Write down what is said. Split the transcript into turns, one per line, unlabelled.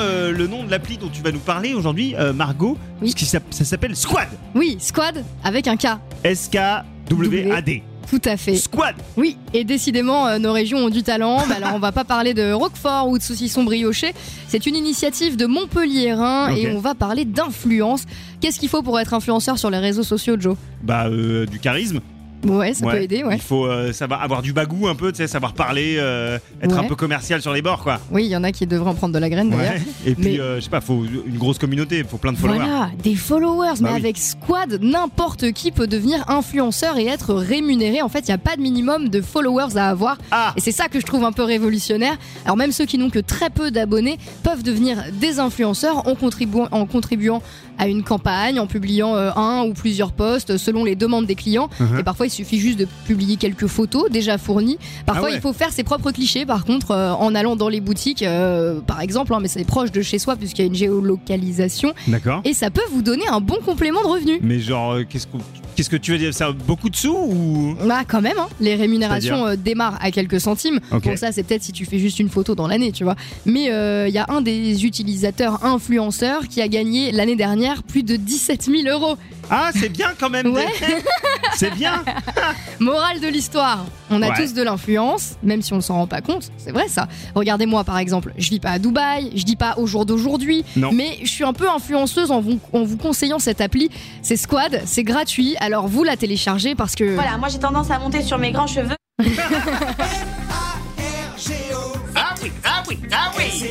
euh, le nom de l'appli dont tu vas nous parler aujourd'hui, euh, Margot.
Oui.
parce que ça, ça s'appelle Squad.
Oui, Squad avec un K.
S-K-W-A-D.
Tout à fait.
Squad.
Oui, et décidément, euh, nos régions ont du talent. Bah, alors, on va pas parler de Roquefort ou de saucisson brioché. C'est une initiative de Montpellier hein, et
Ok.
on va parler d'influence. Qu'est-ce qu'il faut pour être influenceur sur les réseaux sociaux, Joe
Bah, euh, du charisme.
Ouais, ça peut
Ouais.
aider, ouais.
Il faut euh, savoir avoir du bagou un peu, tu sais, savoir parler, euh, être
Ouais.
un peu commercial sur les bords, quoi.
Oui, il y en a qui devraient en prendre de la graine, d'ailleurs.
Et puis,
Mais-
euh, je sais pas, faut une grosse communauté, faut plein de followers.
Voilà, des followers, mais
Bah oui.
avec Squad, n'importe qui peut devenir influenceur et être rémunéré. En fait, il n'y a pas de minimum de followers à avoir.
Ah,
Et c'est ça que je trouve un peu révolutionnaire. Alors même ceux qui n'ont que très peu d'abonnés peuvent devenir des influenceurs en contribuant, en contribuant à une campagne, en publiant euh, un ou plusieurs posts selon les demandes des clients.
Mhm.
Et parfois il suffit juste de publier quelques photos déjà fournies. Parfois
Ah ouais.
il faut faire ses propres clichés par contre euh, en allant dans les boutiques euh, par exemple, hein, mais c'est proche de chez soi puisqu'il y a une géolocalisation.
d'accord.
Et ça peut vous donner un bon complément de revenus.
Mais genre, euh, qu'est-ce que qu'est-ce que tu veux dire Ça a beaucoup de sous ou
Bah quand même, hein. les rémunérations euh, démarrent à quelques centimes.
Ok.
Bon ça c'est peut-être si tu fais juste une photo dans l'année, tu vois. Mais euh, il y a un des utilisateurs influenceurs qui a gagné l'année dernière plus de 17 000 euros.
Ah, c'est bien quand même.
Ouais.
c'est bien.
Morale de l'histoire, on a
Ouais.
tous de l'influence, même si on ne s'en rend pas compte, c'est vrai ça. Regardez-moi par exemple, je vis pas à Dubaï, je dis pas au jour d'aujourd'hui,
Non.
mais je suis un peu influenceuse en vous, en vous conseillant cette appli. C'est Squad, c'est gratuit, alors vous la téléchargez parce que...
Voilà, moi j'ai tendance à monter sur mes grands cheveux.
Ah oui, ah oui, ah oui.